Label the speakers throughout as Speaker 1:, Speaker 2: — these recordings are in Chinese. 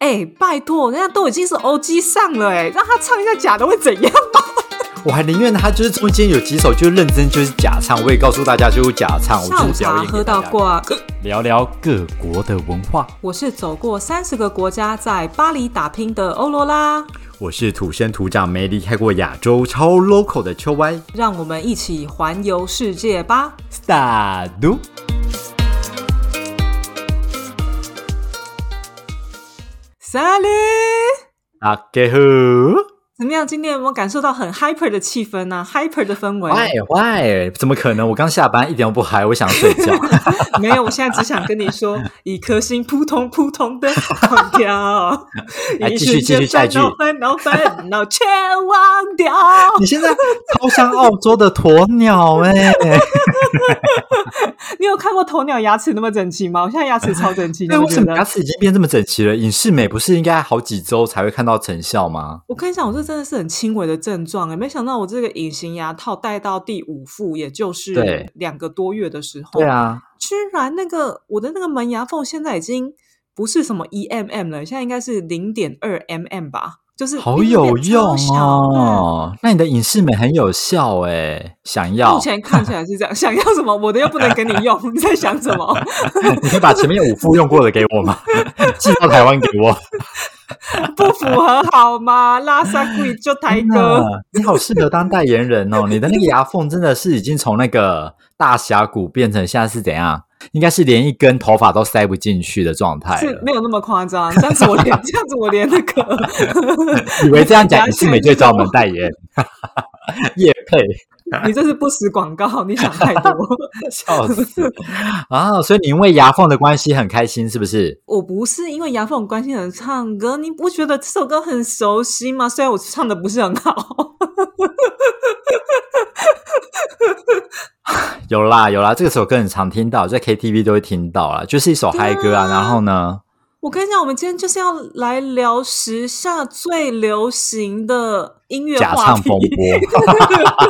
Speaker 1: 哎、拜托，人家都已经是 OG 上了、哎，让他唱一下假的会怎样吗？
Speaker 2: 我还宁愿他就是中间有几首就认真就是假唱，我也告诉大家就是假 唱，我
Speaker 1: 下午
Speaker 2: 就是表
Speaker 1: 茶
Speaker 2: 演给
Speaker 1: 喝
Speaker 2: 大
Speaker 1: 到
Speaker 2: 家
Speaker 1: 挂。
Speaker 2: 聊聊各国的文化。
Speaker 1: 我是走过三十个国家，在巴黎打拼的欧罗拉，
Speaker 2: 我是土生土长没离开过亚洲超 local 的秋歪
Speaker 1: 让我们一起环游世界吧！
Speaker 2: ，star 嘟。
Speaker 1: 三嘞，
Speaker 2: 大家好，
Speaker 1: 怎么样？今天有没有感受到很 hyper 的气氛呢、h y p e r 的氛
Speaker 2: 坏
Speaker 1: 围？
Speaker 2: 坏，怎么可能？我刚下班，一点都不嗨，我想睡 觉。
Speaker 1: 没有，我现在只想跟你说，一颗心扑通扑通的狂跳，
Speaker 2: 来
Speaker 1: 一
Speaker 2: 继续
Speaker 1: 瞬间
Speaker 2: 继续下一句
Speaker 1: 烦恼烦恼烦恼全忘掉。
Speaker 2: 你现在超像澳洲的鸵鸟哎、
Speaker 1: 你有看过鸵鸟牙齿那么整齐吗？我现在牙齿超整 齐，你
Speaker 2: 那
Speaker 1: 有没有
Speaker 2: 为
Speaker 1: 觉
Speaker 2: 什么牙
Speaker 1: 得？
Speaker 2: 齿已经变这么整齐了？影视美不是应该好几周才会看到成效吗？
Speaker 1: 我跟你讲，我这真的是很轻微的症状哎，没想到我这个隐形牙套戴到第五副，也就是
Speaker 2: 对
Speaker 1: 两个多月的时候，
Speaker 2: 对，啊，
Speaker 1: 居然那个我的那个门牙缝现在已经不是什么一 mm 了，现在应该是零点二 mm 吧， 就是
Speaker 2: 好
Speaker 1: 比那边
Speaker 2: 有用
Speaker 1: 超小。嗯
Speaker 2: 哦。那你的影视美很有效哎、想
Speaker 1: 嗯目
Speaker 2: 要
Speaker 1: 前看起来是这样，想要什么我的又不能给你用， 你在想什 么？
Speaker 2: 你可以把前面五副用过的给我吗？寄到台湾给我。
Speaker 1: 不符合好吗？拉萨贵就 台
Speaker 2: 真
Speaker 1: 哥。
Speaker 2: 的，你好适合当代言人哦！你的那个牙缝真的是已经从那个大峡谷变成现在是怎样？应该是连一根头发都塞不进去的状态
Speaker 1: 是
Speaker 2: 了。
Speaker 1: 没有那么夸张，这样子我连 这样子我连那个，
Speaker 2: 以为这 样讲影视美就会找我们代言， 叶配，
Speaker 1: 你这是不实广告，你想太 多。
Speaker 2: 笑 死啊！所以你因为牙缝的关系很开心，是不是？
Speaker 1: 我不是因为牙缝关心人唱歌，你不觉得这首歌很熟悉吗？虽然我唱的不是很好，
Speaker 2: 有啦有啦，这个首歌很常听到，在 KTV 都会听到啦，就是一首嗨
Speaker 1: 对
Speaker 2: 歌啊。
Speaker 1: 啊
Speaker 2: 然后呢，
Speaker 1: 我跟你讲，我们今天就是要来聊时下最流行的音乐
Speaker 2: 假
Speaker 1: 话
Speaker 2: 唱
Speaker 1: 题
Speaker 2: 风。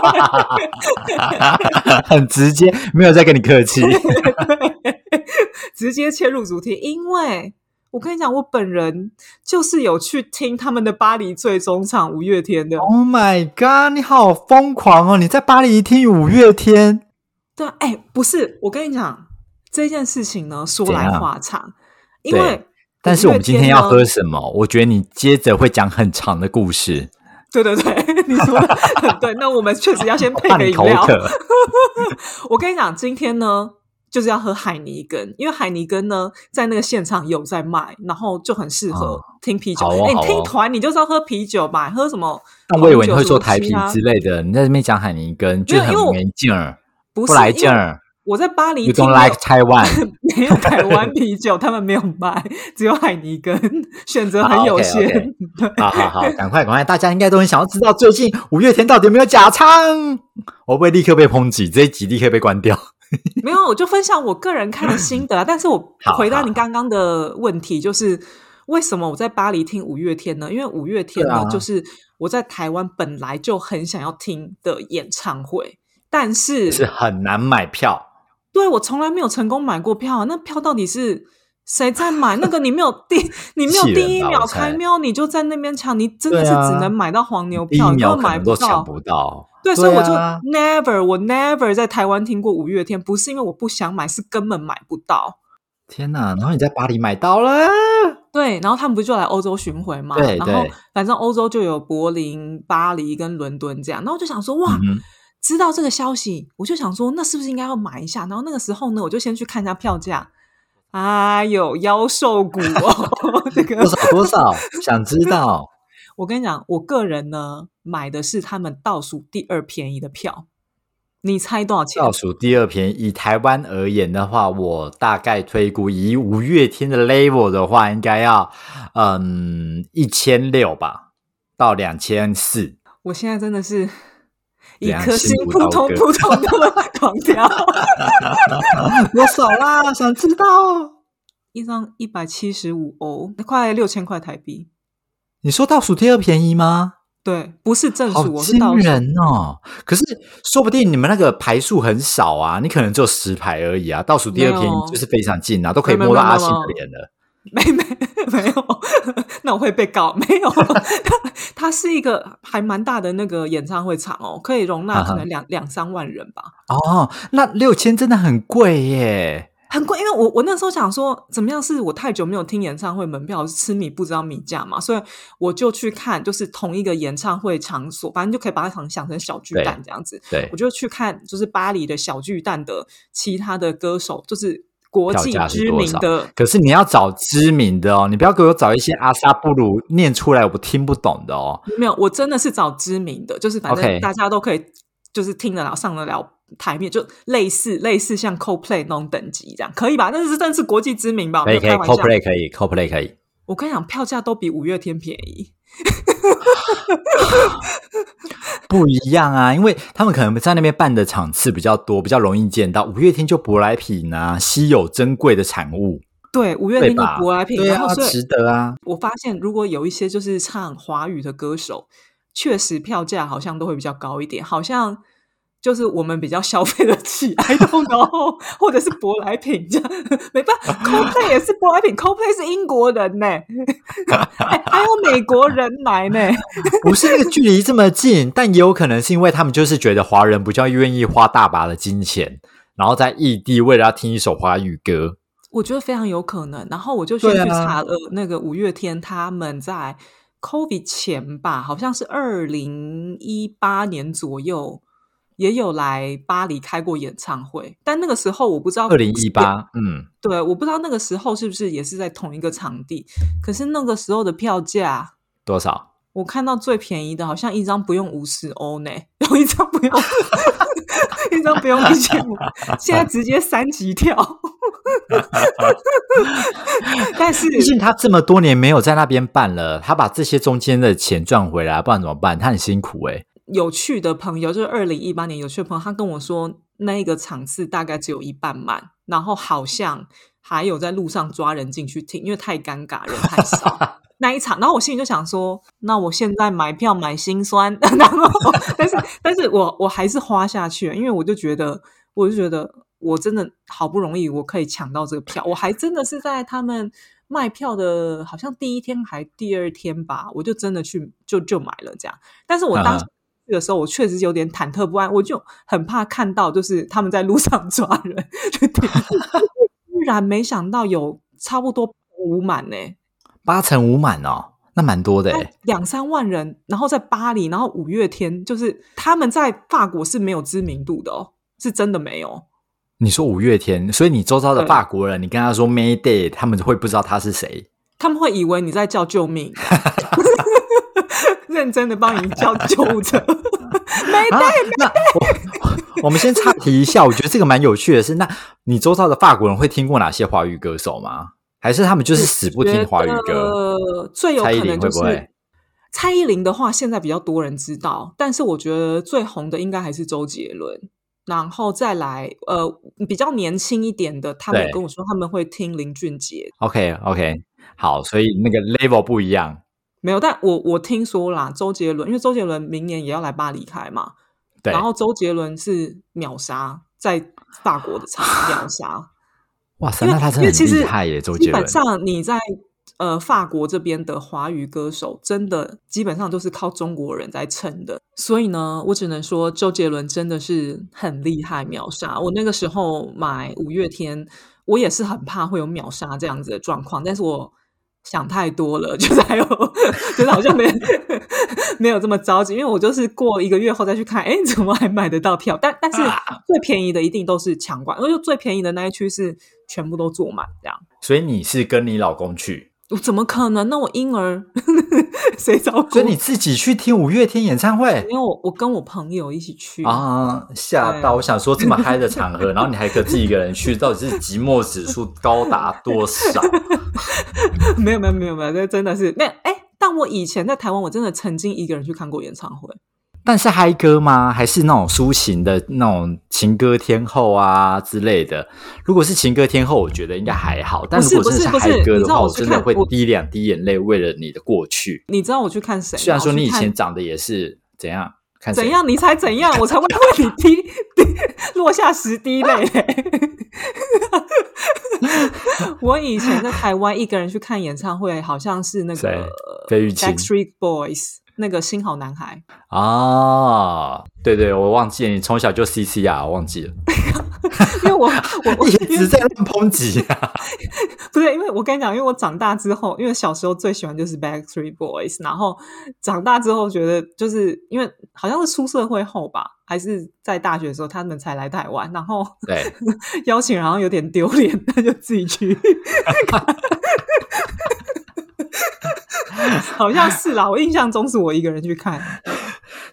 Speaker 2: 波， 很直接，没有在跟你客 气。
Speaker 1: 直接切入主题，因为我跟你讲，我本人就是有去听他们的巴黎最终场五月天的。
Speaker 2: Oh my god！你好疯狂哦！你在巴黎听五月天，
Speaker 1: 对啊，哎、不是，我跟你讲这件事情呢，说
Speaker 2: 怎
Speaker 1: 来
Speaker 2: 样
Speaker 1: 话长，因
Speaker 2: 对
Speaker 1: 为
Speaker 2: 但是我们今天要
Speaker 1: 五月
Speaker 2: 喝什么？我觉得你接着会讲很长的故事，
Speaker 1: 天呢，对对 对，你说的很对。那我们确实要先配
Speaker 2: 怕
Speaker 1: 个
Speaker 2: 你
Speaker 1: 饮
Speaker 2: 口
Speaker 1: 料。
Speaker 2: 渴。
Speaker 1: 我跟你讲，今天呢就是要喝海尼根，因为海尼根呢在那个现场有在卖，然后就很适合
Speaker 2: 嗯
Speaker 1: 听啤酒。
Speaker 2: 好
Speaker 1: 哎、
Speaker 2: 哦
Speaker 1: 你
Speaker 2: 好
Speaker 1: 听
Speaker 2: 哦
Speaker 1: 团你就知道喝啤酒吧，喝什么？
Speaker 2: 但我以为你会说台啤之类的，你在这边讲海尼根，就
Speaker 1: 啊没
Speaker 2: 很
Speaker 1: 有因为我
Speaker 2: 没劲儿，
Speaker 1: 不是
Speaker 2: 不来
Speaker 1: 因为
Speaker 2: 劲儿。
Speaker 1: 我在巴黎
Speaker 2: You
Speaker 1: 听
Speaker 2: don't
Speaker 1: 了
Speaker 2: like Taiwan
Speaker 1: 没有台湾啤酒，他们没有卖，只有海尼根， 选择很
Speaker 2: 好
Speaker 1: 有限。
Speaker 2: ，OK，OK 好啊好好，赶快赶快，大家应该都很想要知道最近五月天到底有没有假唱？我会不会立刻被抨击？这一集立刻被关 掉。
Speaker 1: 没有，我就分享我个人看的心 得啊。但是我
Speaker 2: 好
Speaker 1: 回答
Speaker 2: 好
Speaker 1: 你刚刚的问题，就是为什么我在巴黎听五月天呢？因为五月天呢，
Speaker 2: 对啊
Speaker 1: 就是我在台湾本来就很想要听的演唱会，但是
Speaker 2: 是很难买票，
Speaker 1: 对我从来没有成功买过票啊。那票到底是？谁在 买那个？你没有第，你没有
Speaker 2: 气人
Speaker 1: 第一
Speaker 2: 吧
Speaker 1: 秒
Speaker 2: 我猜
Speaker 1: 开喵，你就在那边抢，你真的
Speaker 2: 对
Speaker 1: 是
Speaker 2: 啊
Speaker 1: 只能买到黄牛
Speaker 2: 第一
Speaker 1: 票，你根
Speaker 2: 秒
Speaker 1: 本
Speaker 2: 可
Speaker 1: 买
Speaker 2: 能都
Speaker 1: 到
Speaker 2: 抢。不到。
Speaker 1: 对，所以我就
Speaker 2: 对啊
Speaker 1: never，我 never 在台湾听过五月天，不是因为我不想买，是根本买不到。
Speaker 2: 天呐！然后你在巴黎买到了，
Speaker 1: 对，然后他们不就来欧洲巡回嘛？
Speaker 2: 对
Speaker 1: 然后
Speaker 2: 对
Speaker 1: 反正欧洲就有柏林、巴黎跟伦敦这样。然后我就想说，哇，
Speaker 2: 嗯哼
Speaker 1: 知道这个消息，我就想说，那是不是应该要买一下？然后那个时候呢，我就先去看一下票价。哎呦，妖兽股哦，这个
Speaker 2: 多少多少？想知道？
Speaker 1: 我跟你讲，我个人呢买的是他们倒数第二便宜的票，你猜多少钱？
Speaker 2: 倒数第二便宜，以台湾而言的话，我大概推估以五月天的 level 的话，应该要嗯一千六吧，到两千四。
Speaker 1: 我现在真的是一
Speaker 2: 怎样
Speaker 1: 颗心
Speaker 2: 心如
Speaker 1: 扑
Speaker 2: 刀
Speaker 1: 通
Speaker 2: 割
Speaker 1: 扑通的 狂跳，
Speaker 2: 多少啦？想知道？
Speaker 1: 一张一百七十五欧，快六千块台币。
Speaker 2: 你说倒数第二便宜吗？
Speaker 1: 对，不是正
Speaker 2: 好
Speaker 1: 数，我是
Speaker 2: 惊
Speaker 1: 倒数。
Speaker 2: 人哦！可是说不定你们那个排数很少啊，你可能只有十排而已啊，倒数第二
Speaker 1: 没有
Speaker 2: 天就是非常近啊，都可以
Speaker 1: 没有没有
Speaker 2: 摸到阿
Speaker 1: 没
Speaker 2: 信
Speaker 1: 有
Speaker 2: 的脸了。
Speaker 1: 没没没有， 那我会被告。没有， 它它是一个还蛮大的那个演唱会场哦，可以容
Speaker 2: 啊
Speaker 1: 纳可能两两三万人吧，
Speaker 2: 哦，那六千真的很贵耶。
Speaker 1: 很贵。因为我我那时候想说，怎么样是我太久没有听演唱会门票是吃米不知道米价嘛，所以我就去看，就是同一个演唱会场所，反正就可以把它想想成小巨蛋这样子。
Speaker 2: 对
Speaker 1: 我，就去看，就是巴黎的小巨蛋的其他的歌手，就是国际
Speaker 2: 票价是
Speaker 1: 知
Speaker 2: 多
Speaker 1: 名
Speaker 2: 少
Speaker 1: 的
Speaker 2: 可是你要找知名的哦，你不要给我找一些阿萨布鲁念出来我听不懂的哦。
Speaker 1: 没有，我真的是找知名的，就是反
Speaker 2: OK
Speaker 1: 正大家都可以，就是听得了、上得了台面，就类似类似像 CoPlay 那种等级这样，可以吧？但是真的是国际知名吧？
Speaker 2: 可
Speaker 1: 没
Speaker 2: 以
Speaker 1: 有
Speaker 2: 可以
Speaker 1: 开玩笑。
Speaker 2: ，CoPlay 可以，CoPlay 可以。
Speaker 1: 我跟你讲，票价都比五月天便宜。
Speaker 2: 不一样啊，因为他们可能在那边办的场次比较多，比较容易见到。五月天就舶来品啊，稀有珍贵的产物，
Speaker 1: 对，五月
Speaker 2: 对
Speaker 1: 天就
Speaker 2: 吧？
Speaker 1: 舶来品，
Speaker 2: 对
Speaker 1: 然
Speaker 2: 啊，
Speaker 1: 后所以
Speaker 2: 值得啊。
Speaker 1: 我发现，如果有一些就是唱华语的歌手，确实票价好像都会比较高一点，好像就是我们比较消费得起 ，I don't know，或 者是舶来品这样，没办法，CoPlay 也是舶来品，CoPlay 是英国人呢、 哎还有美国人来呢、
Speaker 2: 不是那个距离这么近，但也有可能是因为他们就是觉得华人比较愿意花大把的金钱，然后在异地为了要听一首华语歌，
Speaker 1: 我觉得非常有可能。然后我就先
Speaker 2: 对啊
Speaker 1: 去查了那个五月天他们在 COVID 前吧，好像是二零一八年左右。也有来巴黎开过演唱会，但那个时候我不知道
Speaker 2: 二零一八，嗯，
Speaker 1: 对，我不知道那个时候是不是也是在同一个场地，可是那个时候的票价，
Speaker 2: 多少？
Speaker 1: 我看到最便宜的好像一张不用五十欧呢，有一张不用， 一张不用一千五，现在直接三级跳。但是
Speaker 2: 毕竟他这么多年没有在那边办了，他把这些中间的钱赚回来，不然怎么办？他很辛苦欸诶、
Speaker 1: 有趣的朋友，就是二零一八年有趣的朋友，他跟我说那一个场次大概只有一半满，然后好像还有在路上抓人进去听，因为太尴尬，人太少那一场。然后我心里就想说，那我现在买票买心酸， 然后但是但是我我还是花下去了，因为我就觉得我就觉得我真的好不容易我可以抢到这个票，我还真的是在他们。卖票的好像第一天还第二天吧，我就真的去就就买了这样。但是我当
Speaker 2: 嗯
Speaker 1: 时
Speaker 2: 哼
Speaker 1: 去的时候，我确实有点忐忑不安，我就很怕看到就是他们在路上抓人，就挺居然没想到有差不多五满呢、
Speaker 2: 八成五满哦，那蛮多的诶、
Speaker 1: 两三万人，然后在巴黎，然后五月天，就是他们在法国是没有知名度的哦，是真的没有。
Speaker 2: 你说五月天，所以你周遭的
Speaker 1: 对
Speaker 2: 法国人，你跟他说 May Day，他们会不知道他是谁。
Speaker 1: 他们会以为你在叫救命， 认真的帮你叫救护车。 没
Speaker 2: 啊，那我我我们先岔题一下，我觉得这个蛮有趣的是，那你周遭的法国人会听过哪些华语歌手吗？还是他们就是死 不听华语歌？
Speaker 1: 歌，最有
Speaker 2: 蔡
Speaker 1: 可
Speaker 2: 依林
Speaker 1: 能
Speaker 2: 会
Speaker 1: 就
Speaker 2: 不
Speaker 1: 是
Speaker 2: 会
Speaker 1: 蔡依林的话，现在比较多人知道，但是我觉得最红的应该还是周杰伦。然后再来，呃，比较年轻一点的，他们
Speaker 2: 对
Speaker 1: 有跟我说他们会听林俊杰，
Speaker 2: ？OK OK，好，所以那个 level 不一样，
Speaker 1: 没有，但我我听说啦，周杰伦，因为周杰伦明年也要来巴黎开嘛，
Speaker 2: 对。
Speaker 1: 然后周杰伦是秒杀在法国的 场秒杀，
Speaker 2: 哇塞，
Speaker 1: 因为
Speaker 2: 那他真
Speaker 1: 因
Speaker 2: 的
Speaker 1: 为其
Speaker 2: 很
Speaker 1: 实
Speaker 2: 厉害耶，周
Speaker 1: 基
Speaker 2: 杰伦
Speaker 1: 本。上你在呃法国这边的华语歌手，真的基本上都是靠中国人在撑的。所以呢，我只能说周杰伦真的是很厉害秒杀。我那个时候买五月天，我也是很怕会有秒杀这样子的状况，但是我。想太多了， 就是还有，就是好像没 没有这么着急，因为我就是过一个月后再去看，哎，怎么还买得到票？但但是
Speaker 2: 啊
Speaker 1: 最便宜的一定都是抢馆，因为最便宜的那一区是全部都坐满这样。
Speaker 2: 所以你是跟你老公去，
Speaker 1: 我怎么可能？那我婴儿 谁照顾？
Speaker 2: 所以你自己去听五月天演唱会
Speaker 1: 因为我我跟我朋友一起去，
Speaker 2: 啊？吓到！
Speaker 1: 对
Speaker 2: 我想说这么嗨的场合，然后你还可以自己一个人去，到底是寂寞指数高达多少？
Speaker 1: 没有没有没有没有，这真的是没有哎。但我以前在台湾，我真的曾经一个人去看过演唱会，
Speaker 2: 但是嗨歌吗？还是那种抒情的那种情歌天后啊之类的？如果是情歌天后，我觉得应该还好。但如
Speaker 1: 是
Speaker 2: 果真的
Speaker 1: 不是不
Speaker 2: 嗨歌
Speaker 1: 是你
Speaker 2: 的
Speaker 1: 知道
Speaker 2: 话，
Speaker 1: 我
Speaker 2: 我
Speaker 1: 去
Speaker 2: 真的
Speaker 1: 看
Speaker 2: 会
Speaker 1: 我
Speaker 2: 滴两滴眼泪，为了你的过去。
Speaker 1: 你知道我去看谁吗？
Speaker 2: 虽然说你
Speaker 1: 我
Speaker 2: 以
Speaker 1: 去看
Speaker 2: 前长得也是怎样，看谁
Speaker 1: 怎？样，你才怎样，我才 会为你滴滴落下十滴泪。 我以前在台湾一个人去看演唱会，好像是那
Speaker 2: 谁
Speaker 1: 个
Speaker 2: 费玉清
Speaker 1: Backstreet Boys 那个《新好男 孩
Speaker 2: 啊，对对，我忘记了，你从小就 CC 啊，我忘记了，》，
Speaker 1: 因为我我 我
Speaker 2: 一直在乱抨击啊。
Speaker 1: 不是，因为我跟你讲，因为我长大之后，因为小时候最喜欢就是 Backstreet Boys，然后长大之后觉得，就是因为好像是出社会后吧，还是在大学的时候，他们才来台湾，然后
Speaker 2: 对，
Speaker 1: 邀请好像有点丢脸，那就自己去。 好像是啦，我印象中是我一个人去看，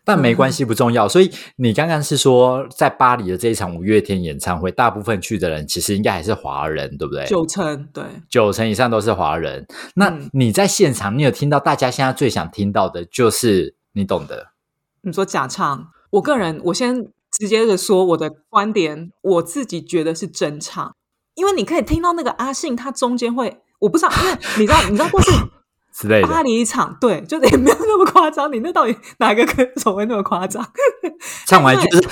Speaker 2: 但没关系，不重要。所以你刚刚是说，在巴黎的这一场五月天演唱会，大部分去的人其实应该还是华人，对不对？
Speaker 1: 九成对，
Speaker 2: 九成以上都是华人。那
Speaker 1: 嗯
Speaker 2: 你在现场，你有听到大家现在最想听到的就是你懂的，
Speaker 1: 你说假唱，我个人我先直接的说我的观点，我自己觉得是真唱，因为你可以听到那个阿信，他中间会，我不知道， 因为你知道，你知道都是
Speaker 2: 之类的。
Speaker 1: 巴黎场，对，就是也没有那么夸张，你那到底哪个歌手会那么夸张？
Speaker 2: 唱完就是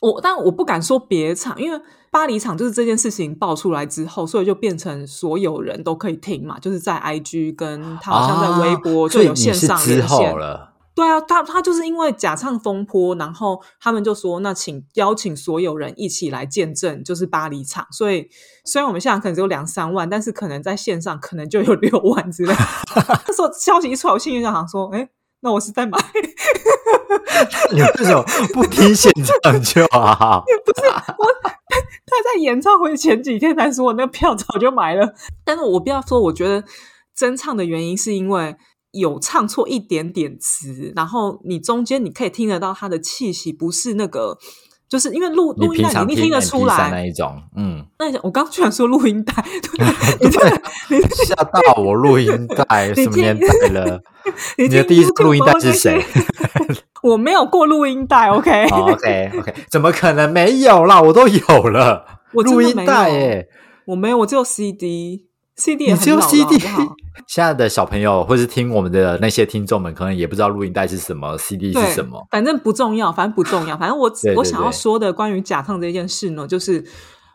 Speaker 1: 我但我不敢说别场，因为巴黎场就是这件事情爆出来之后，所以就变成所有人都可以听嘛，就是在 IG 跟他好像在微博
Speaker 2: 啊所
Speaker 1: 就
Speaker 2: 以
Speaker 1: 有
Speaker 2: 你
Speaker 1: 线
Speaker 2: 是
Speaker 1: 上
Speaker 2: 之
Speaker 1: 连线
Speaker 2: 后。了。
Speaker 1: 对啊，他他就是因为假唱风波，然后他们就说，那请邀请所有人一起来见证，就是巴黎场。所以虽然我们现在可能只有两三万，但是可能在线上可能就有六万之类。 那时候消息一出来，我心里就想说，哎，那我是在买，
Speaker 2: 你为什么 不听现场就好？
Speaker 1: 他在演唱会前几天才说我那个票早就买了， 但是我不要说，我觉得真唱的原因是因为有唱错一点点词，然后你中间你可以听得到他的气息，不是那个。就是因为录
Speaker 2: 你
Speaker 1: 录音
Speaker 2: 平
Speaker 1: 带，
Speaker 2: 常
Speaker 1: 你一定听得出
Speaker 2: MP3
Speaker 1: 来，
Speaker 2: 那一种，嗯，
Speaker 1: 那我刚居然说录音带， 对你这
Speaker 2: 吓到我录音 带什么
Speaker 1: 听
Speaker 2: 年代了？
Speaker 1: 你
Speaker 2: 你的
Speaker 1: 听
Speaker 2: 第一次
Speaker 1: YouTube
Speaker 2: 录音带
Speaker 1: 都
Speaker 2: 是谁？ 哦
Speaker 1: 我没有过录音带，OK？、
Speaker 2: o k OK，怎么可能没有啦？我都有了，
Speaker 1: 我真的
Speaker 2: 录音带
Speaker 1: 没有
Speaker 2: 耶。
Speaker 1: 我没有，我只有 CD，CD 也
Speaker 2: 你
Speaker 1: 很
Speaker 2: 只有
Speaker 1: 老了
Speaker 2: CD
Speaker 1: 好不好
Speaker 2: 现在的小朋友或是听我们的那些听众们，可能也不知道录音带是什么，CD
Speaker 1: 对
Speaker 2: 是什么。
Speaker 1: 反正不重要，反正不重要。反正我
Speaker 2: 对对
Speaker 1: 我想要
Speaker 2: 对
Speaker 1: 说的关于假唱这件事呢，就是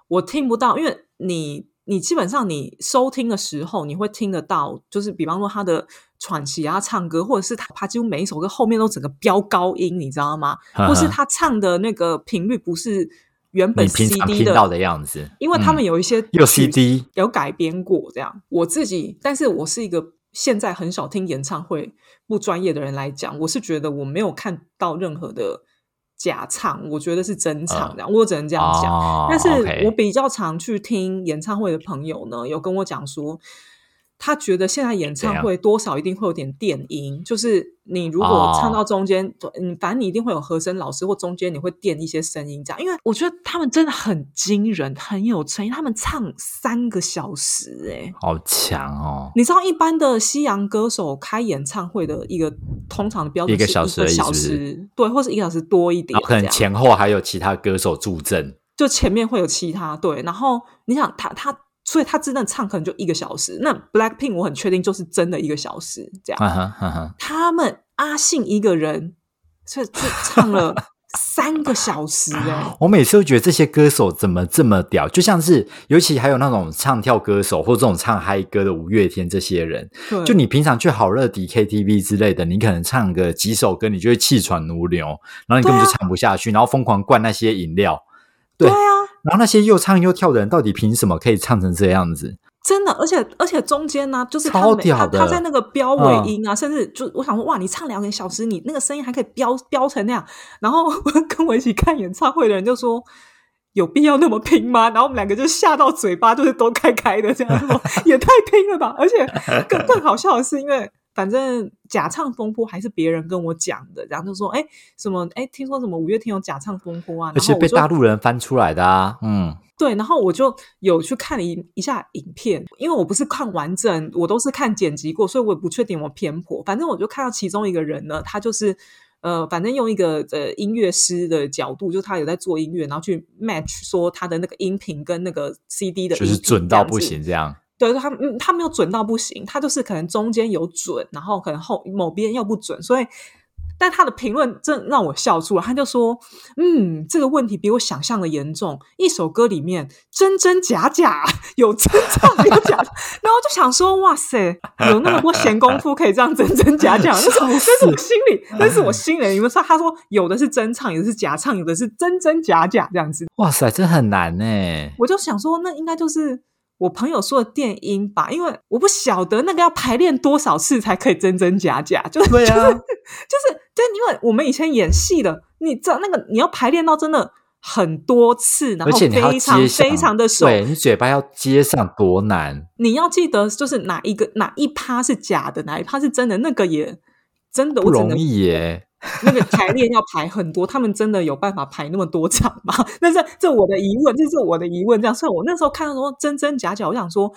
Speaker 1: 我听不到，因为你你基本上你收听的时候，你会听得到，就是比方说他的喘息啊、唱歌，或者是他他几乎每一首歌后面都整个飙高音，你知道吗？或是他唱的那个频率不是原本
Speaker 2: 嗯你平常
Speaker 1: CD
Speaker 2: 听
Speaker 1: 的，
Speaker 2: 到的样子，嗯
Speaker 1: 因为他们
Speaker 2: 有
Speaker 1: 有一些
Speaker 2: 有
Speaker 1: 曲
Speaker 2: CD
Speaker 1: 有改编过这样。我自己，但是我是一个现在很少听演唱会不专业的人来讲，我是觉得我没有看到任何的假唱，我觉得是真唱这样，我只能这
Speaker 2: 这
Speaker 1: 样讲。
Speaker 2: 哦、
Speaker 1: 但是
Speaker 2: OK
Speaker 1: 我比较常去听演唱会的朋友呢，有跟我讲说，他觉得现在演
Speaker 2: 怎
Speaker 1: 唱
Speaker 2: 样
Speaker 1: 会多少一定会有点电音，就是你如果
Speaker 2: 哦
Speaker 1: 唱到中间，嗯、反正你一定会有和声老师或中间你会垫一些声音这样，因为我觉得他们真的很惊人，很有诚意，他们唱三个小时、欸，
Speaker 2: 好强哦，
Speaker 1: 你知道一般的西洋歌手开演唱会的一个通常的标准
Speaker 2: 一个
Speaker 1: 是
Speaker 2: 小时而已是不是
Speaker 1: 对，或是一个小时多一点
Speaker 2: 然
Speaker 1: 这
Speaker 2: 后
Speaker 1: 样，
Speaker 2: 可能前后还有其他歌手助阵，
Speaker 1: 就前面会有其他对，然后你想他他，所以他真的唱可能就一个小时。那 Blackpink 我很确定就是真的一个小时这样。
Speaker 2: 哈哈哈哈，
Speaker 1: 他们阿信一个人，这这唱了三个小 时哎、
Speaker 2: 我每次都觉得这些歌手怎么这么屌，就像是尤其还有那种唱跳歌手或这种唱嗨歌的五月天这些人，
Speaker 1: 对，
Speaker 2: 就你平常去好乐迪 KTV 之类的，你可能唱个几首歌，你就会气喘如牛，然后你根
Speaker 1: 啊
Speaker 2: 本就唱不下去，然后疯狂灌那些饮料，
Speaker 1: 对啊，
Speaker 2: 然后那些又唱又跳的人，到底凭什么可以唱成这样子？
Speaker 1: 真的，而且而且中间呢、就是他
Speaker 2: 超
Speaker 1: 每
Speaker 2: 屌
Speaker 1: 他
Speaker 2: 的嗯
Speaker 1: 他在那个飙尾音啊，甚至就我想说，哇，你唱两个小时，你那个声音还可以飙飙成那样。然后跟我一 起看演唱会的人就说。有必要那么拼吗？然后我们两个就吓到嘴巴就是都开开的，这样 子也太拼了吧！而且更更好笑的是，因为反正假唱风波还是别人跟我讲的，然后就说哎什么哎听说什么五月天有假唱风波啊，
Speaker 2: 而
Speaker 1: 然后
Speaker 2: 且
Speaker 1: 我
Speaker 2: 被
Speaker 1: 就
Speaker 2: 大陆人翻出来的啊，嗯，
Speaker 1: 对，然后我就有去看了一一下影片，因为我不是看完整，我都是看剪辑过，所以我也不确定我偏颇。反正我就看到其中一个人呢，他就是呃，反正用一个呃音乐师的角度，就他有在做音乐，然后去 match 说他的那个音频跟那个 CD 的
Speaker 2: 就是
Speaker 1: 音频
Speaker 2: 准
Speaker 1: 这
Speaker 2: 到
Speaker 1: 样
Speaker 2: 不
Speaker 1: 子
Speaker 2: 行这样。
Speaker 1: 对，他嗯，他没有准到不行，他就是可能中间有准，然后可能后某边又不准，所以。但他的评论真让我笑出来，他就说：“嗯，这个问题比我想象的严重。一首歌里面真真假假，有真唱有假。”然后就想说：“哇塞，有那么多闲工夫啊可以这样真真假假？”
Speaker 2: 笑死
Speaker 1: 但是但是我心里，但是我心里，你们说他说有的是真唱，有的是假唱，有的是真真假假这样子。
Speaker 2: 哇塞，这很难呢、
Speaker 1: 我就想说，那应该就是我朋友说的电音吧，因为我不晓得那个要排练多少次才可以真真假假，就是
Speaker 2: 对啊
Speaker 1: 就是就是对，因为我们以前演戏的，你知道那个你要排练到真的很多次，然
Speaker 2: 而
Speaker 1: 后
Speaker 2: 且你还要
Speaker 1: 非常
Speaker 2: 接上，
Speaker 1: 非常的熟，
Speaker 2: 对你嘴巴要接上多难？
Speaker 1: 你要记得就是哪一个哪一趴是假的，哪一趴是真的，那个也真的
Speaker 2: 不
Speaker 1: 我只
Speaker 2: 容
Speaker 1: 能
Speaker 2: 易耶、
Speaker 1: 那个排练要排很多，他们真的有办法排那么多场吗？那是这我的疑问，这是我的疑问。这样，所以我那时候看到说真真假假，我想说，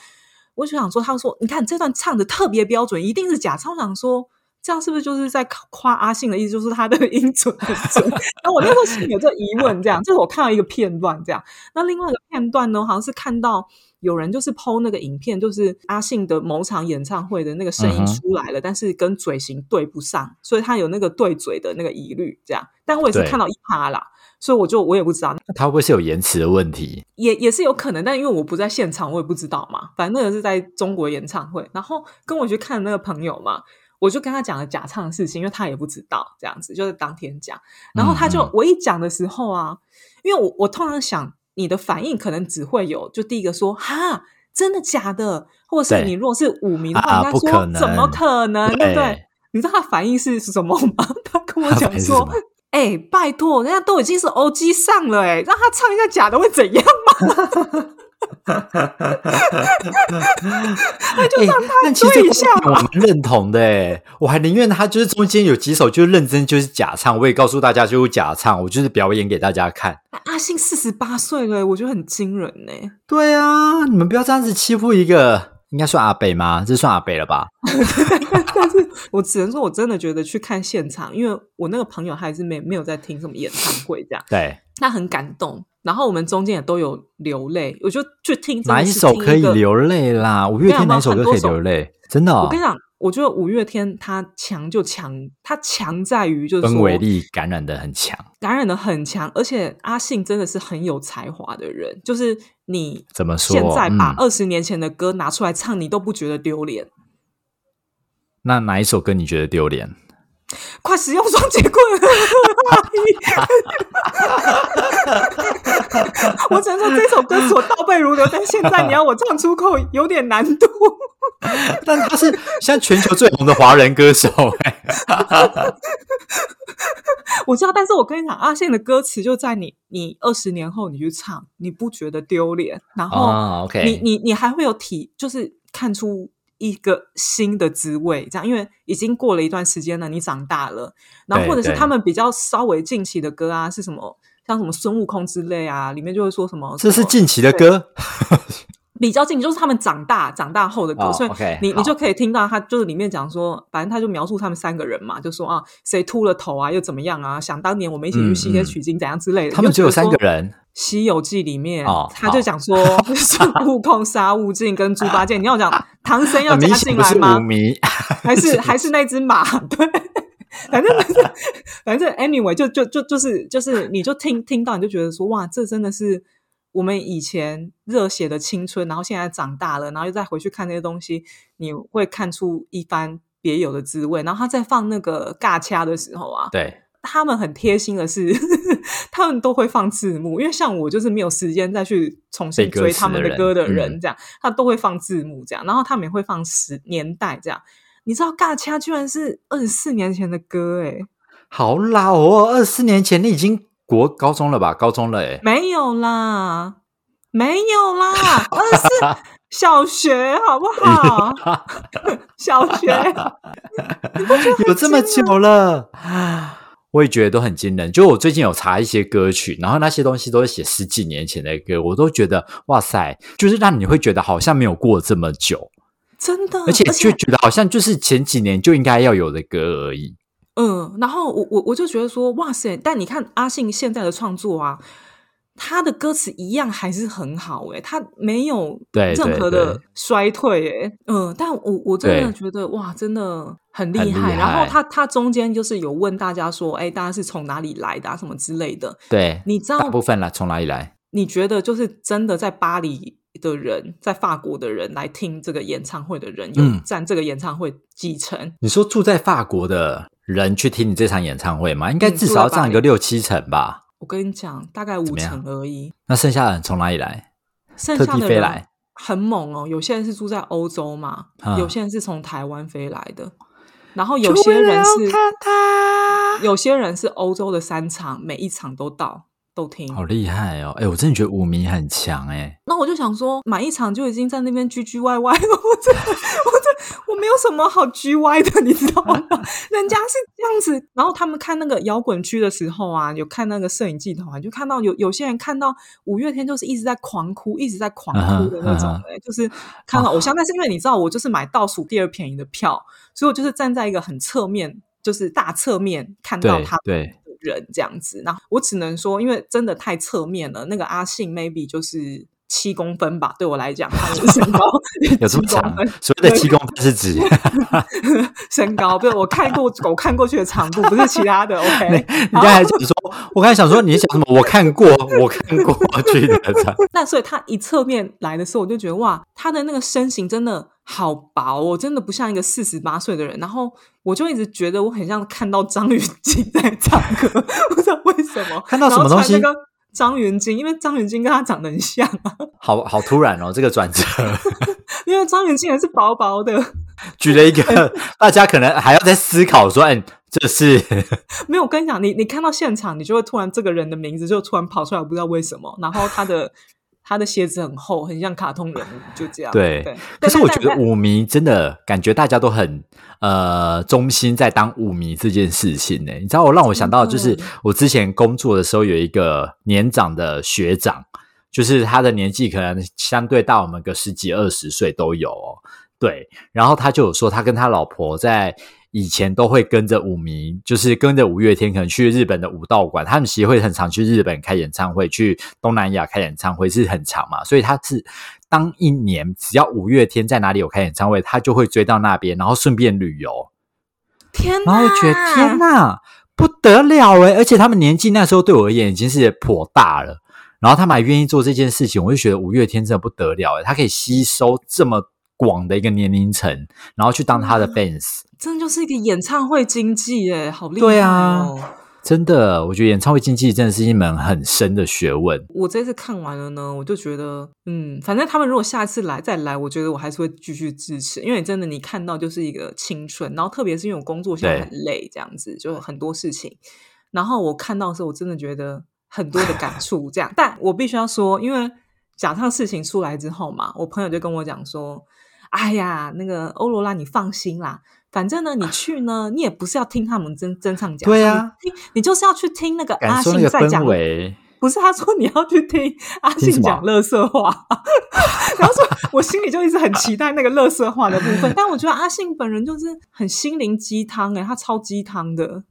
Speaker 1: 我就想说，他说你看这段唱的特别标准，一定是假唱。我想说，这样是不是就是在夸夸阿信的意思，就是他的音准很准？ 然后我那时候心里有这疑问，这样，这是我看到一个片段，这样。那另外一个片段呢，好像是看到有人就是剖那个影片，就是阿信的某场演唱会的那个声
Speaker 2: 嗯哼
Speaker 1: 音出来了，但是跟嘴型对不上，所以他有那个对嘴的那个疑虑，这样。但我也是
Speaker 2: 对
Speaker 1: 看到一趴啦，所以我就我也不知道，
Speaker 2: 那它会不会是有延迟的问题？
Speaker 1: 也也是有可能，但因为我不在现场，我也不知道嘛。反正那个是在中国演唱会，然后跟我去看的那个朋友嘛，我就跟他讲了假唱的事情，因为他也不知道这样子，就是当天讲。然后他就、
Speaker 2: 嗯
Speaker 1: 我一讲的时候啊，因为我我通常想你的反应可能只会有，就第一个说哈。真的假的？或者是
Speaker 2: 对
Speaker 1: 你如果是舞迷的
Speaker 2: 啊
Speaker 1: 话，你应
Speaker 2: 不
Speaker 1: 该
Speaker 2: 可
Speaker 1: 说
Speaker 2: 能
Speaker 1: 怎么可能，啊对不对？
Speaker 2: 哎
Speaker 1: 你知道他反应是什么吗？ 他跟我
Speaker 2: 它
Speaker 1: 讲
Speaker 2: 还是什
Speaker 1: 说
Speaker 2: 么：“
Speaker 1: 哎、拜托，人家都已经是 O G 上了、哎，让他唱一下假的会怎样？
Speaker 2: 就让他、但哎其实
Speaker 1: 对
Speaker 2: 这
Speaker 1: 一下
Speaker 2: 个我蛮认同的哎，我还宁愿他就是中间有几首就是认真就是假唱，我也告诉大家就是假唱，我就是表演给大家看。
Speaker 1: 啊阿信四十八岁了、我觉得很惊人呢、
Speaker 2: 对啊，你们不要这样子欺负一个，应该算阿北吗？这算阿北了吧？
Speaker 1: 我只能说，我真的觉得去看现场，因为我那个朋友他还是没没有在听什么演唱会这样，
Speaker 2: 对，
Speaker 1: 他很感动。然后我们中间也都有流泪，我就去听真
Speaker 2: 哪
Speaker 1: 的
Speaker 2: 一
Speaker 1: 是
Speaker 2: 首
Speaker 1: 听
Speaker 2: 可以
Speaker 1: 个
Speaker 2: 流泪啦？五月天哪一首歌可以流泪？真的、哦
Speaker 1: 我跟，你讲，我觉得五月天他强就强，他强在于就是
Speaker 2: 氛
Speaker 1: 说
Speaker 2: 围力感染的很强，
Speaker 1: 感染的很强，而且阿信真的是很有才华的人，就是你
Speaker 2: 怎么说？
Speaker 1: 现在把
Speaker 2: 嗯、
Speaker 1: 二十年前的歌拿出来唱，你都不觉得丢脸。
Speaker 2: 那哪一首歌你觉得 丢脸？
Speaker 1: 快使用双截棍！ 我只能说这首歌是我倒背如流，但现在你要我唱出口有点难度。
Speaker 2: 但他是现在全球最红的华人歌手、 哎，
Speaker 1: 我知道，但是我跟你讲，阿信的歌词就在你你二十年后你去唱，你不觉得丢脸，然后
Speaker 2: 哦，OK，
Speaker 1: 你你你还会有体，就是看出一个新的滋味，这样，因为已经过了一段时间了，你长大了，然后
Speaker 2: 对
Speaker 1: 或者是
Speaker 2: 对
Speaker 1: 他们比较稍微近期的歌啊，是什么？像什么孙悟空之类啊，里面就会说什么，
Speaker 2: 这是
Speaker 1: 什么
Speaker 2: 近期的歌，
Speaker 1: 比较近，就是他们长大长大后的歌，
Speaker 2: 哦
Speaker 1: 所以
Speaker 2: OK，
Speaker 1: 你
Speaker 2: 好
Speaker 1: 你就可以听到他就是里面讲说，反正他就描述他们三个人嘛，就说啊谁秃了头啊，又怎么样啊，想当年我们一起去西
Speaker 2: 嗯嗯
Speaker 1: 天取经怎样之类的。
Speaker 2: 他们
Speaker 1: 你就觉
Speaker 2: 只有
Speaker 1: 得说
Speaker 2: 三个人，
Speaker 1: 《西游记》里面，
Speaker 2: 哦
Speaker 1: 他就讲 说孙悟空杀悟净跟猪八戒，你要讲唐僧要
Speaker 2: 很
Speaker 1: 加
Speaker 2: 明显
Speaker 1: 进
Speaker 2: 不
Speaker 1: 来
Speaker 2: 是
Speaker 1: 吗
Speaker 2: 舞？迷，
Speaker 1: 还是还是那只马？对，反正反正反正 anyway，就就就就是就是，你就听听到你就觉得说，哇，这真的是我们以前热血的青春，然后现在长大了，然后又再回去看那些东西，你会看出一番别有的滋味。然后他在放那个尬掐的时候啊，
Speaker 2: 对，
Speaker 1: 他们很贴心的是， 他们都会放字幕，因为像我就是没有时间再去重新
Speaker 2: 背歌
Speaker 1: 追
Speaker 2: 词
Speaker 1: 他们
Speaker 2: 的
Speaker 1: 的
Speaker 2: 人
Speaker 1: 歌的
Speaker 2: 嗯
Speaker 1: 人，这样、他都会放字幕，这样，然后他们也会放时年代这样。你知道《尬掐》居然是二十四年前的歌欸诶、
Speaker 2: 好老哦，二四年前你已经国高中了吧？高中了哎，
Speaker 1: 没有啦，没有 啦，二十四小学好不好？小 学，
Speaker 2: 有这么久了 我也觉得都很惊人。就我最近有查一些歌曲，然后那些东西都是写十几年前的歌，我都觉得哇塞，就是让你会觉得好像没有过这么久，
Speaker 1: 真的，
Speaker 2: 而且就觉得好像就是前几年就应该要有的歌而已。
Speaker 1: 嗯，然后我我我就觉得说，哇塞！但你看阿信现在的创作啊，他的歌词一样还是很好诶、他没有
Speaker 2: 对
Speaker 1: 任何
Speaker 2: 对
Speaker 1: 的
Speaker 2: 对
Speaker 1: 衰退诶、嗯、但我我真的
Speaker 2: 对
Speaker 1: 觉得哇，真的很厉
Speaker 2: 很厉害
Speaker 1: 然后他他中间就是有问大家说，哎，大家是从哪里来的啊，什么之类的。
Speaker 2: 对，
Speaker 1: 你知
Speaker 2: 大
Speaker 1: 道
Speaker 2: 部分啦，从哪里来？
Speaker 1: 你觉得就是真的在巴黎的人，在法国的人来听这个演唱会的人，有
Speaker 2: 嗯
Speaker 1: 占这个演唱会几成？
Speaker 2: 你说住在法国的人去听你这场演唱会吗？应该
Speaker 1: 嗯
Speaker 2: 至
Speaker 1: 住
Speaker 2: 少
Speaker 1: 在
Speaker 2: 要
Speaker 1: 巴
Speaker 2: 占个
Speaker 1: 黎
Speaker 2: 六七成吧。
Speaker 1: 我跟你讲，大概
Speaker 2: 怎
Speaker 1: 五
Speaker 2: 么样
Speaker 1: 成而已，
Speaker 2: 那剩下的人从哪里来？
Speaker 1: 剩
Speaker 2: 特
Speaker 1: 下
Speaker 2: 地
Speaker 1: 的
Speaker 2: 飞
Speaker 1: 人
Speaker 2: 来？
Speaker 1: 很猛哦。有些人是住在欧洲嘛，
Speaker 2: 嗯
Speaker 1: 有些人是从台湾飞来的，然后有些人是
Speaker 2: 看他，
Speaker 1: 有些人是欧洲的三场，每一场都到都听。
Speaker 2: 好厉害哦！哎、我真的觉得舞迷很强哎、
Speaker 1: 那我就想说，买一场就已经在那边 G G Y Y 了，我这我这我没有什么好 G Y 的，你知道吗？ 人家是这样子，然后他们看那个摇滚区的时候啊，有看那个摄影镜头啊，就看到有有些人看到五月天就是一直在狂哭，一直在狂哭的那种、
Speaker 2: 嗯哼嗯
Speaker 1: 欸就是看到偶像。但是因为你知道，我就是买倒数第二便宜的票，所以我就是站在一个很侧面，就是大侧面看到
Speaker 2: 对
Speaker 1: 他
Speaker 2: 对，
Speaker 1: 人这样子。那我只能说，因为真的太侧面了，那个阿信 maybe 就是七公分吧，对我来讲，他的身高
Speaker 2: 有这么
Speaker 1: 7公
Speaker 2: 长
Speaker 1: 分？
Speaker 2: 所谓的七公分是指
Speaker 1: 身高不是我看过我看过去的长度，不是其他的。
Speaker 2: 你
Speaker 1: OK，
Speaker 2: 你刚才讲说，我刚才想说你在讲什么？我看过，我看过去的这样，
Speaker 1: 那所以他一侧面来的时候，我就觉得哇，他的那个身形真的好薄哦，真的不像一个四十八岁的人。然后我就一直觉得我很像看到张云京在唱歌，不知道为什么
Speaker 2: 看到什么东西
Speaker 1: 然后穿那个张云京，因为张云京跟他长得很像啊，
Speaker 2: 好好突然哦，这个转折，
Speaker 1: 因为张云京也是薄薄的，
Speaker 2: 举了一个大家可能还要在思考说，哎，这是
Speaker 1: 没有，我跟你讲，你你看到现场，你就会突然这个人的名字就突然跑出来，我不知道为什么。然后他 的他的鞋子很厚，很像卡通人物，就这样。
Speaker 2: 对
Speaker 1: 对，
Speaker 2: 可是
Speaker 1: 但
Speaker 2: 我觉得
Speaker 1: 但
Speaker 2: 舞迷真的感觉大家都很呃忠心在当舞迷这件事情呢、你知道我让我想到就是
Speaker 1: 真的
Speaker 2: 我之前工作的时候有一个年长的学长，就是他的年纪可能相对大我们个十几二十岁都有哦。对，然后他就有说他跟他老婆在。以前都会跟着舞迷，就是跟着五月天，可能去日本的武道馆，他们其实会很常去日本开演唱会，去东南亚开演唱会是很常嘛，所以他是当一年只要五月天在哪里有开演唱会，他就会追到那边，然后顺便旅游，
Speaker 1: 天哪，
Speaker 2: 然后觉得天哪，不得了欸诶、而且他们年纪那时候对我而言已经是颇大了，然后他们还愿意做这件事情，我就觉得五月天真的不得了欸诶、他可以吸收这么广的一个年龄层，然后去当他
Speaker 1: 嗯
Speaker 2: 的 fans，
Speaker 1: 真的就是一个演唱会经济耶，好厉害、哦！
Speaker 2: 对啊真的，我觉得演唱会经济真的是一门很深的学问。
Speaker 1: 我这次看完了呢，我就觉得，嗯，反正他们如果下一次来再来，我觉得我还是会继续支持，因为真的你看到就是一个青春，然后特别是因为我工作现在
Speaker 2: 对
Speaker 1: 很累，这样子就很多事情，然后我看到的时候，我真的觉得很多的 感触，这样，但我必须要说，因为假唱事情出来之后嘛，我朋友就跟我讲说，哎呀，那个欧罗拉，你放心啦。反正呢，你去呢，你也不是要听他们真真唱假唱，
Speaker 2: 对啊
Speaker 1: 你听你就是要去听那个阿
Speaker 2: 感受
Speaker 1: 信
Speaker 2: 那个
Speaker 1: 啊在讲
Speaker 2: 氛围，
Speaker 1: 不是，他说你要去 听阿
Speaker 2: 听什
Speaker 1: 信
Speaker 2: 么
Speaker 1: 讲乐色话， 然后说我心里就一直很期待那个乐色话的部分，但我觉得阿信本人就是很心灵鸡汤欸诶、他超鸡汤的，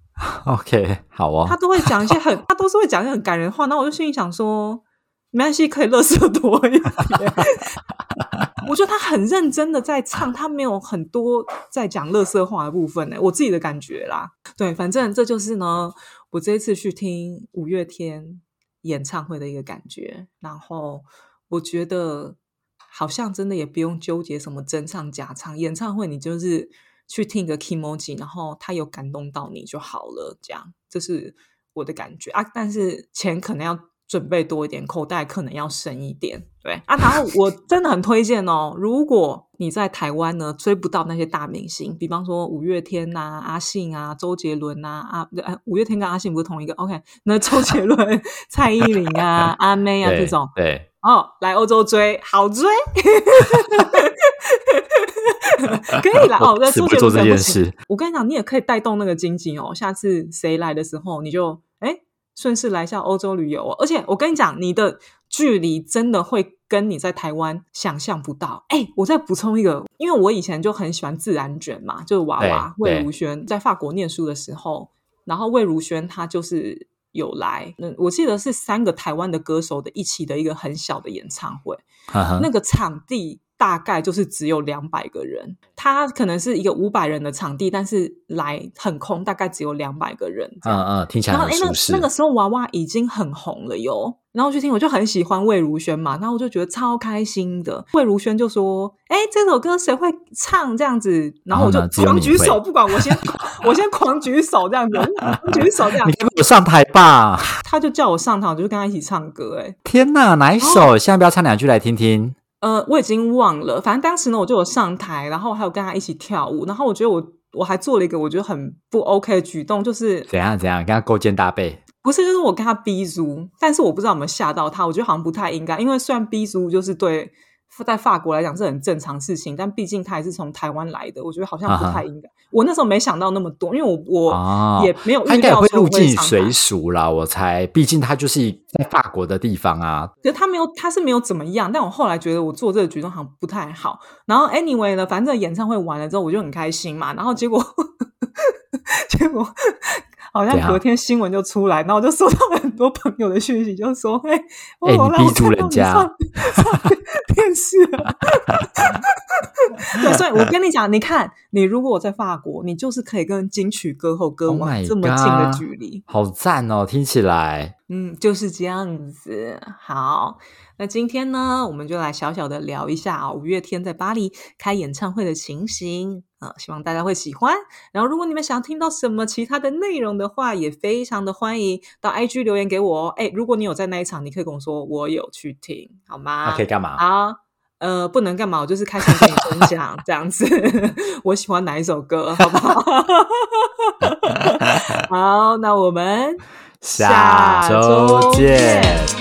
Speaker 2: OK，好哦
Speaker 1: 他，都会讲一些 很，他都是会讲一些很感人的话，那我就心里想说，没关系，可以乐色多一点。 我觉得他很认真的在唱，他没有很多在讲乐色话的部分欸呢、我自己的感觉啦。对，反正这就是呢，我这一次去听五月天演唱会的一个感觉。然后我觉得好像真的也不用纠结什么真唱假唱，演唱会你就是去听一个 emoji，然后他有感动到你就好了，这样这是我的感觉啊。但是钱可能要准备多一点，口袋可能要深一点，对啊。然后我真的很推荐哦，如果你在台湾呢追不到那些大明星，比方说五月天呐、 阿信啊、周杰伦呐、啊、啊呃五月天跟阿信不是同一个，OK？那周杰伦、 蔡依林啊、阿妹啊这
Speaker 2: 对
Speaker 1: 种。
Speaker 2: 对，
Speaker 1: 哦，来欧洲追，好追， 可以啦。哦，
Speaker 2: 我
Speaker 1: 在
Speaker 2: 死
Speaker 1: 周
Speaker 2: 不
Speaker 1: 杰
Speaker 2: 做
Speaker 1: 伦真
Speaker 2: 这
Speaker 1: 的
Speaker 2: 件
Speaker 1: 不行
Speaker 2: 事。
Speaker 1: 我跟你讲，你也可以带动那个经济哦。下次谁来的时候，你就哎顺势来一下欧洲旅游、哦。而且我跟你讲，你的距离真的会跟你在台湾想象不到。哎，我再补充一个，因为我以前就很喜欢自然卷嘛，就是娃娃
Speaker 2: 对
Speaker 1: 魏
Speaker 2: 对
Speaker 1: 如萱在法国念书的时候，然后魏如萱她就是有来，嗯，我记得是三个台湾的歌手的一起的一个很小的演唱会，
Speaker 2: 哈哈
Speaker 1: 那个场地大概就是只有两百个人，它可能是一个五百人的场地，但是来很空，大概只有两百个人这样。
Speaker 2: 嗯嗯，听起来
Speaker 1: 然后，
Speaker 2: 很
Speaker 1: 哎，那
Speaker 2: 舒适。
Speaker 1: 那个时候娃娃已经很红了哟。然后我去听，我就很喜欢魏如萱嘛，然后我就觉得超开心的。魏如萱就说：“哎，这首歌谁会唱这样子？”然后我就
Speaker 2: 然后呢只有
Speaker 1: 狂
Speaker 2: 你
Speaker 1: 举手，
Speaker 2: 会
Speaker 1: 不管我先，我先狂举手这样子，狂举手这样
Speaker 2: 你。该不会有上台吧？
Speaker 1: 他就叫我上台，我就跟他一起唱歌、哎，
Speaker 2: 天哪，哪一
Speaker 1: 哦
Speaker 2: 首？现在不要唱两句来听听。
Speaker 1: 呃，我已经忘了，反正当时呢，我就有上台，然后还有跟他一起跳舞。然后我觉得我我还做了一个我觉得很不 OK 的举动，就是
Speaker 2: 怎样怎样？跟他勾肩搭背。
Speaker 1: 不是，就是我跟他逼租，但是我不知道有没有吓到他，我觉得好像不太应该，因为虽然逼租就是对在法国来讲是很正常事情，但毕竟他也是从台湾来的，我觉得好像不太应该。我那时候没想到那么多，因为我
Speaker 2: 啊哦
Speaker 1: 我也没有
Speaker 2: 他
Speaker 1: 预
Speaker 2: 应该也
Speaker 1: 料
Speaker 2: 会
Speaker 1: 说
Speaker 2: 入境
Speaker 1: 上台
Speaker 2: 随俗啦，我猜，毕竟他就是在法国的地方啊。
Speaker 1: 可是他没有，他是没有怎么样。但我后来觉得我做这个举动好像不太好。然后 anyway 呢，反正这个演唱会完了之后，我就很开心嘛。然后结果， 结果好
Speaker 2: 怎
Speaker 1: 像
Speaker 2: 样
Speaker 1: 隔天新闻就出来，然后我就收到很多朋友的讯息，就说：“哎、我我
Speaker 2: 哎你
Speaker 1: 让我
Speaker 2: 逼住
Speaker 1: 看
Speaker 2: 人
Speaker 1: 到你
Speaker 2: 家
Speaker 1: 上上电视了。” 对，所以我跟你讲，你看，你如果我在法国，你就是可以跟金曲歌后歌
Speaker 2: Oh
Speaker 1: 王
Speaker 2: my
Speaker 1: 这么近的
Speaker 2: God
Speaker 1: 距离。
Speaker 2: 好赞哦，听起来
Speaker 1: 嗯，就是这样子。好，那今天呢，我们就来小小的聊一下啊，五月天在巴黎开演唱会的情形啊、希望大家会喜欢。然后，如果你们想听到什么其他的内容的话，也非常的欢迎到 IG 留言给我哦。哎，如果你有在那一场，你可以跟我说我有去听，好吗？
Speaker 2: 那可以干嘛？
Speaker 1: 好，呃，不能干嘛，我就是开心地跟你分享这样子。 我喜欢哪一首歌，好不好？ 好，那我们
Speaker 2: 下周见。